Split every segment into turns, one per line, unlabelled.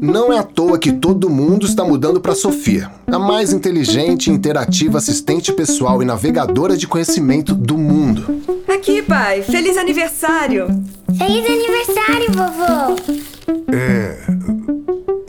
Não é à toa que todo mundo está mudando para Sofia, a mais inteligente e interativa assistente pessoal e navegadora de conhecimento do mundo.
Aqui, pai. Feliz aniversário.
Feliz aniversário, vovô!
É.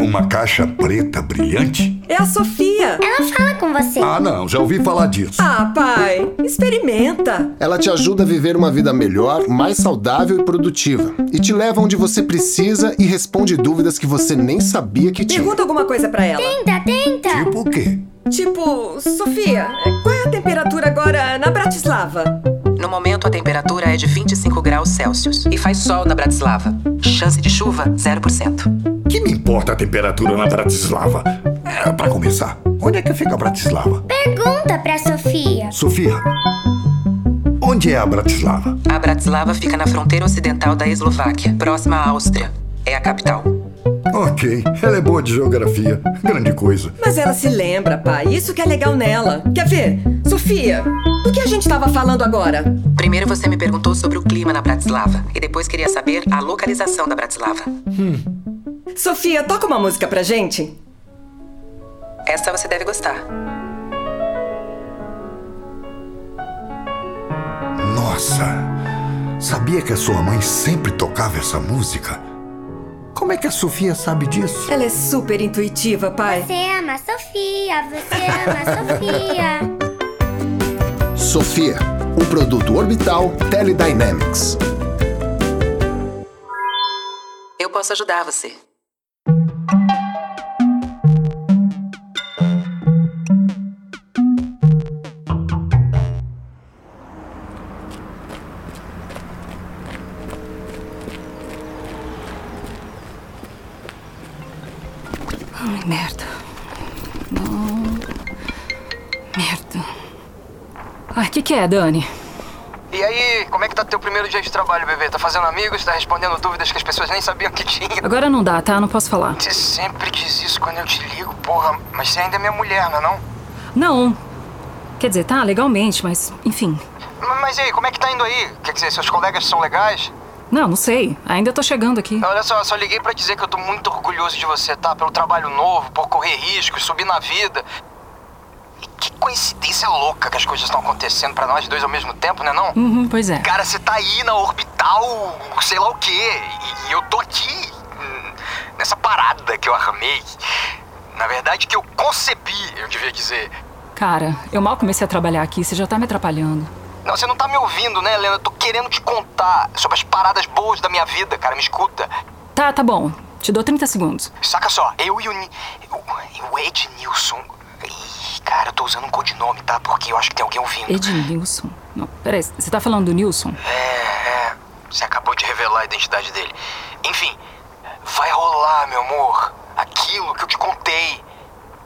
Uma caixa preta brilhante?
É a Sofia.
Ela fala com você.
Ah, não, já ouvi falar disso.
Ah, pai. Experimenta.
Ela te ajuda a viver uma vida melhor, mais saudável e produtiva, e te leva onde você precisa e responde dúvidas que você nem sabia que tinha.
Pergunta alguma coisa pra ela.
Tenta, tenta!
Tipo o quê?
Tipo, Sofia, qual é a temperatura agora na Bratislava?
No momento, a temperatura é de 25 graus Celsius e faz sol na Bratislava. Chance de chuva, 0%.
Que me importa a temperatura na Bratislava? É, pra começar, onde é que fica a Bratislava?
Pergunta pra Sofia.
Sofia, onde é a Bratislava?
A Bratislava fica na fronteira ocidental da Eslováquia, próxima à Áustria. É a capital.
Ok, ela é boa de geografia. Grande coisa.
Mas ela se lembra, pai. Isso que é legal nela. Quer ver? Sofia, do que a gente tava falando agora?
Primeiro você me perguntou sobre o clima na Bratislava e depois queria saber a localização da Bratislava.
Sofia, toca uma música pra gente.
Essa você deve gostar.
Nossa, sabia que a sua mãe sempre tocava essa música? Como é que a Sofia sabe disso?
Ela é super intuitiva, pai.
Você ama a Sofia, você ama a
Sofia,
Sofia.
um produto orbital Teledynamics.
Eu posso ajudar você.
Ai, merda. Não. Merda. Ai, o que, que é, Dani?
E aí, como é que tá teu primeiro dia de trabalho, bebê? Tá fazendo amigos? Tá respondendo dúvidas que as pessoas nem sabiam que tinha?
Agora não dá, tá? Não posso falar.
Você sempre diz isso quando eu te ligo, porra. Mas você ainda é minha mulher, não é não?
Não. Quer dizer, tá legalmente, mas enfim.
M- Mas e aí, como é que tá indo aí? Quer dizer, seus colegas são legais?
Não, não sei. Ainda tô chegando aqui.
Olha só, só liguei pra dizer que eu tô muito orgulhoso de você, tá? Pelo trabalho novo, por correr riscos, subir na vida. E que coincidência louca que as coisas estão acontecendo pra nós dois ao mesmo tempo, né não?
Uhum, pois é.
Cara, você tá aí na orbital, sei lá o quê, e, e eu tô aqui, hum, nessa parada que eu armei. Na verdade, que eu concebi, eu devia dizer.
Cara, eu mal comecei a trabalhar aqui, você já tá me atrapalhando.
Não, você não tá me ouvindo, né, Helena? Eu tô querendo te contar sobre as paradas boas da minha vida, cara, me escuta.
Tá, tá bom. Te dou 30 segundos.
Saca só, eu e o. Ni- O, o Ed Nilson. Ih, cara, eu tô usando um codinome, tá? Porque eu acho que tem alguém ouvindo.
Ednilson. Não, peraí, você tá falando do Nilson?
É, é. Você acabou de revelar a identidade dele. Enfim, vai rolar, meu amor. Aquilo que eu te contei.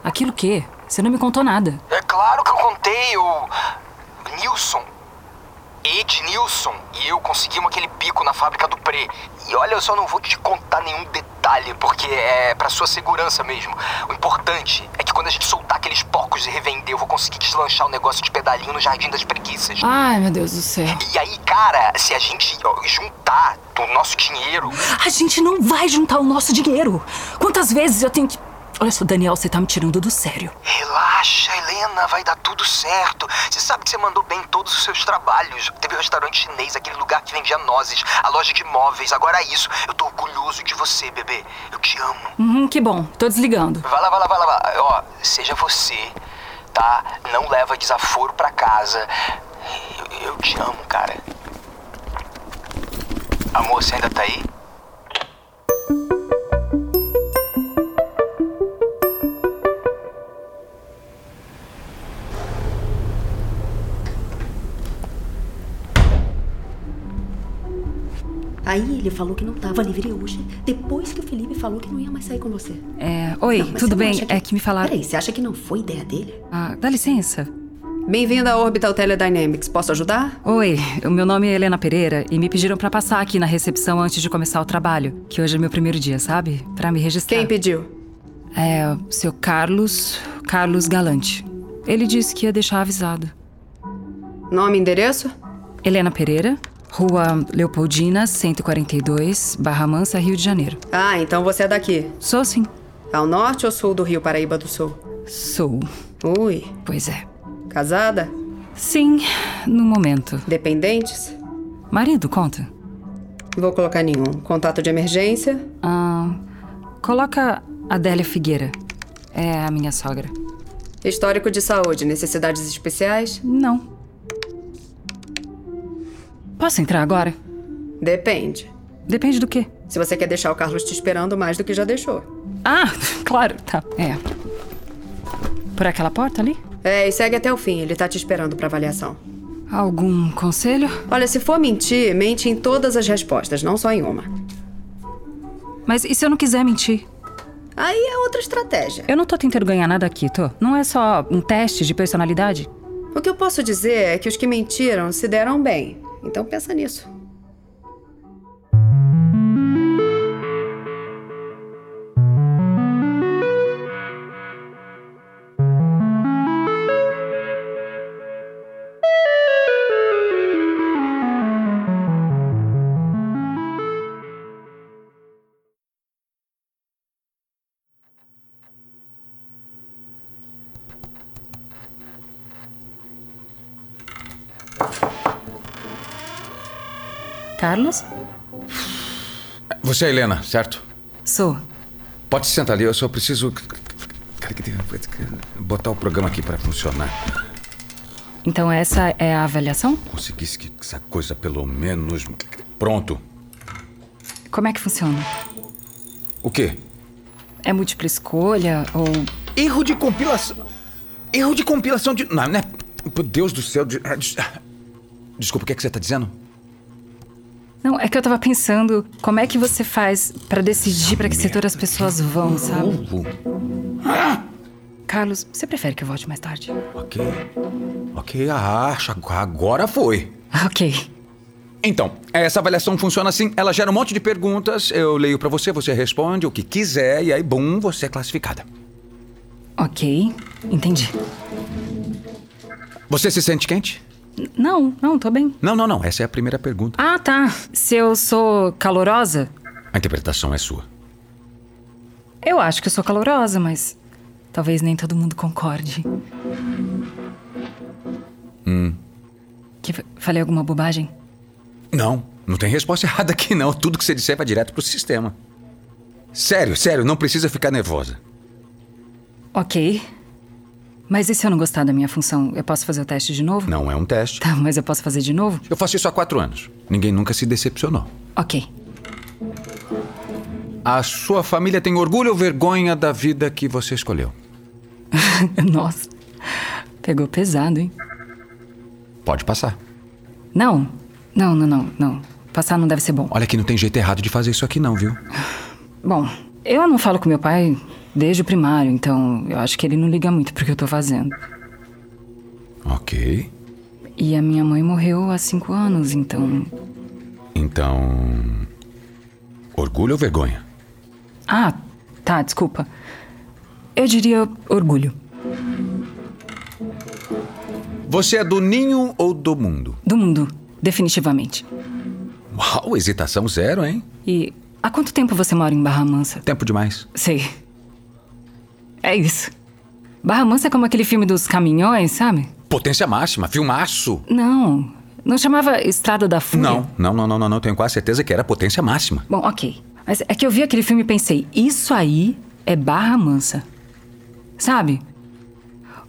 Aquilo que? Você não me contou nada.
É claro que eu contei, o. Nilson. Ed Nilson e eu conseguimos aquele bico na fábrica do Pre. E olha, eu só não vou te contar nenhum detalhe, porque é pra sua segurança mesmo. O importante é que quando a gente soltar aqueles porcos e revender, eu vou conseguir deslanchar o negócio de pedalinho no Jardim das Preguiças.
Ai, meu Deus do céu.
E aí, cara, se a gente ó, juntar do nosso dinheiro.
A gente não vai juntar o nosso dinheiro. Quantas vezes eu tenho que. Olha só, Daniel, você tá me tirando do sério.
Relaxa, Helena, vai dar tudo certo. Você sabe que você mandou bem em todos os seus trabalhos. Teve o restaurante chinês, aquele lugar que vendia nozes, a loja de móveis, agora é isso. Eu tô orgulhoso de você, bebê. Eu te amo.
Uhum, que bom, tô desligando.
Vai lá, vai lá, vai lá, vai lá. Ó, seja você, tá? Não leva desaforo pra casa. Eu, eu te amo, cara. Amor, você ainda tá aí?
Aí ele falou que não tava livre hoje, depois que o Felipe falou que não ia mais sair com você.
É, oi,
Mas você
tudo
não
bem?
acha
É que me falaram.
Peraí, você acha que não foi ideia dele?
Ah, dá licença.
Bem-vindo à Orbital Teledynamics. Posso ajudar?
Oi, o meu nome é Helena Pereira e me pediram pra passar aqui na recepção antes de começar o trabalho, que hoje é meu primeiro dia, sabe? Pra me registrar.
Quem pediu?
É, o seu Carlos. Carlos Galante. Ele disse que ia deixar avisado.
Nome e endereço?
Helena Pereira, Rua Leopoldina, 142, Barra Mansa, Rio de Janeiro.
Ah, então você é daqui.
Sou sim.
Ao norte ou sul do Rio Paraíba do Sul?
Sou.
Ui,
Pois é.
casada?
Sim, no momento.
Dependentes?
Marido, conta.
Vou colocar nenhum. Contato de emergência?
Ah, coloca Adélia Figueira. É a minha sogra.
Histórico de saúde? Necessidades especiais?
Não. Posso entrar agora?
Depende.
Depende do quê?
Se você quer deixar o Carlos te esperando mais do que já deixou.
Ah, claro, tá. É. Por aquela porta ali?
É, e segue até o fim, ele tá te esperando pra avaliação.
Algum conselho?
Olha, se for mentir, mente em todas as respostas, não só em uma.
Mas e se eu não quiser mentir?
Aí é outra estratégia.
Eu não tô tentando ganhar nada aqui, tô. Não é só um teste de personalidade?
O que eu posso dizer é que os que mentiram se deram bem. Então pensa nisso.
Carlos?
Você é a Helena, certo?
Sou.
Pode se sentar ali, eu só preciso. Cara, que tem- Botar o programa aqui pra funcionar.
Então essa é a avaliação?
Conseguisse que essa coisa pelo menos. Pronto.
Como é que funciona?
O quê?
É múltipla escolha ou.
Erro de compilação. Erro de compilação de. Não, né? Meu Deus do céu. de- ah, des- ah. Desculpa, o que, é que você tá dizendo?
Não, é que eu tava pensando como é que você faz pra decidir pra que
merda.
setor as pessoas vão, sabe?
Ovo.
Carlos, você prefere que eu volte mais tarde?
Ok. Ok, ah, acho- agora foi.
Ok.
Então, essa avaliação funciona assim: ela gera um monte de perguntas, eu leio pra você, você responde o que quiser, e aí, bum, você é classificada.
Ok. Entendi.
Você se sente quente?
N- Não, não, tô bem.
Não, não, não. Essa é a primeira pergunta.
Ah, tá. Se eu sou calorosa,
A interpretação é sua.
eu acho que eu sou calorosa, mas talvez nem todo mundo concorde. Hum.
Hum.
Que fa- falei alguma bobagem?
Não, não tem resposta errada aqui, não. Tudo que você disser vai direto pro sistema. Sério, sério, não precisa ficar nervosa.
Ok. Mas e se eu não gostar da minha função? Eu posso fazer o teste de novo?
Não é um teste.
Tá, mas eu posso fazer de novo?
Eu faço isso há quatro anos. Ninguém nunca se decepcionou.
Ok.
A sua família tem orgulho ou vergonha da vida que você escolheu?
Nossa. Pegou pesado, hein?
Pode passar.
Não. Não, não, não, não. Passar não deve ser bom.
Olha que não tem jeito errado de fazer isso aqui, não, viu?
Bom, eu não falo com meu pai desde o primário, então eu acho que ele não liga muito pro que eu tô fazendo.
Ok.
E a minha mãe morreu há cinco anos, então.
Então. Orgulho ou vergonha?
Ah, tá, desculpa. Eu diria orgulho.
Você é do ninho ou do mundo?
Do mundo, definitivamente.
Uau, hesitação zero, hein?
E há quanto tempo você mora em Barra Mansa?
Tempo demais.
Sei. É isso. Barra Mansa é como aquele filme dos caminhões, sabe?
Potência máxima, filmaço.
Não. Não chamava Estrada da Fúria?
Não, não, não, não, não, não. Tenho quase certeza que era potência máxima.
Bom, ok. Mas é que eu vi aquele filme e pensei, isso aí é Barra Mansa. Sabe?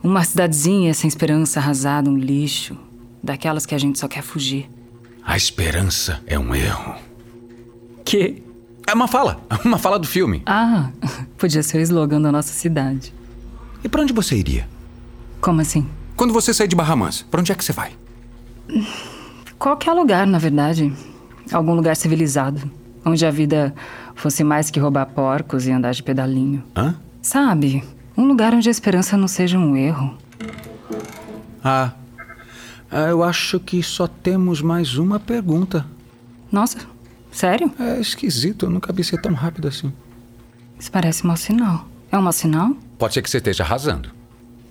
Uma cidadezinha sem esperança, arrasada, um lixo. Daquelas que a gente só quer fugir.
A esperança é um erro.
Que?
É uma fala, uma fala do filme.
Ah, podia ser o slogan da nossa cidade.
E pra onde você iria?
Como assim?
Quando você sair de Barra Mansa, pra onde é que você vai?
Qualquer lugar, na verdade. Algum lugar civilizado. Onde a vida fosse mais que roubar porcos e andar de pedalinho.
Hã?
Sabe? Um lugar onde a esperança não seja um erro.
Ah, ah, eu acho que só temos mais uma pergunta.
Nossa, sério?
É esquisito, eu nunca vi ser tão rápido assim.
Isso parece um mau sinal. É um mau sinal?
Pode ser que você esteja arrasando.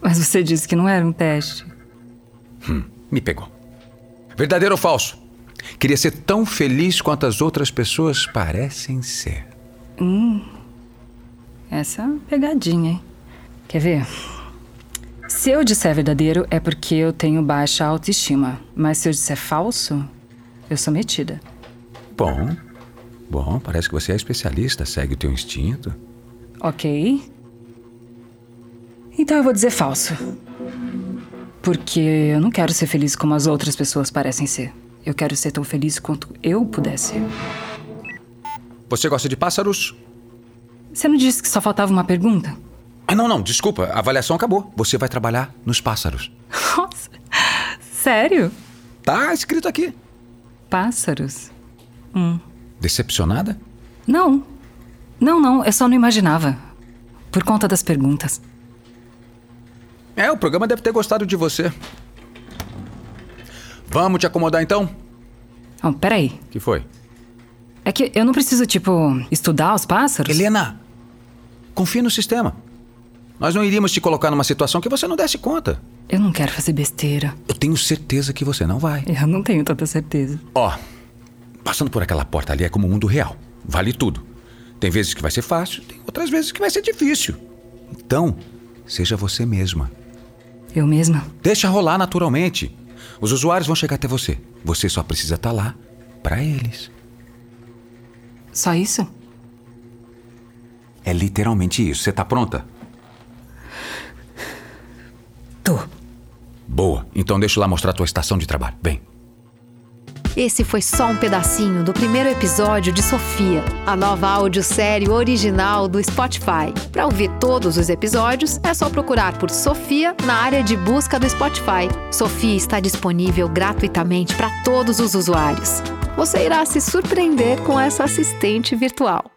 Mas você disse que não era um teste.
Me pegou. Verdadeiro ou falso? Queria ser tão feliz quanto as outras pessoas parecem ser.
Hum. Essa é uma pegadinha, hein? Quer ver? Se eu disser verdadeiro, é porque eu tenho baixa autoestima. Mas se eu disser falso, eu sou metida.
Bom, bom, parece que você é especialista, segue o teu instinto.
Ok? Então eu vou dizer falso. Porque eu não quero ser feliz como as outras pessoas parecem ser. Eu quero ser tão feliz quanto eu pudesse.
Você gosta de pássaros?
Você não disse que só faltava uma pergunta?
Ah, não, não, desculpa, a avaliação acabou. Você vai trabalhar nos pássaros.
Nossa! Sério?
Tá escrito aqui.
Pássaros? Hum.
Decepcionada?
Não. Não, não, eu só não imaginava. Por conta das perguntas.
É, o programa deve ter gostado de você. Vamos te acomodar então?
Oh, peraí.
Que foi?
É que eu não preciso, tipo, estudar os pássaros?
Helena, confia no sistema. Nós não iríamos te colocar numa situação que você não desse conta.
Eu não quero fazer besteira.
Eu tenho certeza que você não vai.
Eu não tenho tanta certeza.
Ó, passando por aquela porta ali é como o mundo real. Vale tudo. Tem vezes que vai ser fácil, tem outras vezes que vai ser difícil. Então, seja você mesma.
Eu mesma?
Deixa rolar naturalmente. Os usuários vão chegar até você. Você só precisa estar lá para eles.
Só isso?
É literalmente isso. Você tá pronta?
Tô.
Boa. Então deixa eu lá mostrar a tua estação de trabalho. Vem.
Esse foi só um pedacinho do primeiro episódio de Sofia, a nova audiosérie original do Spotify. Para ouvir todos os episódios, é só procurar por Sofia na área de busca do Spotify. Sofia está disponível gratuitamente para todos os usuários. Você irá se surpreender com essa assistente virtual.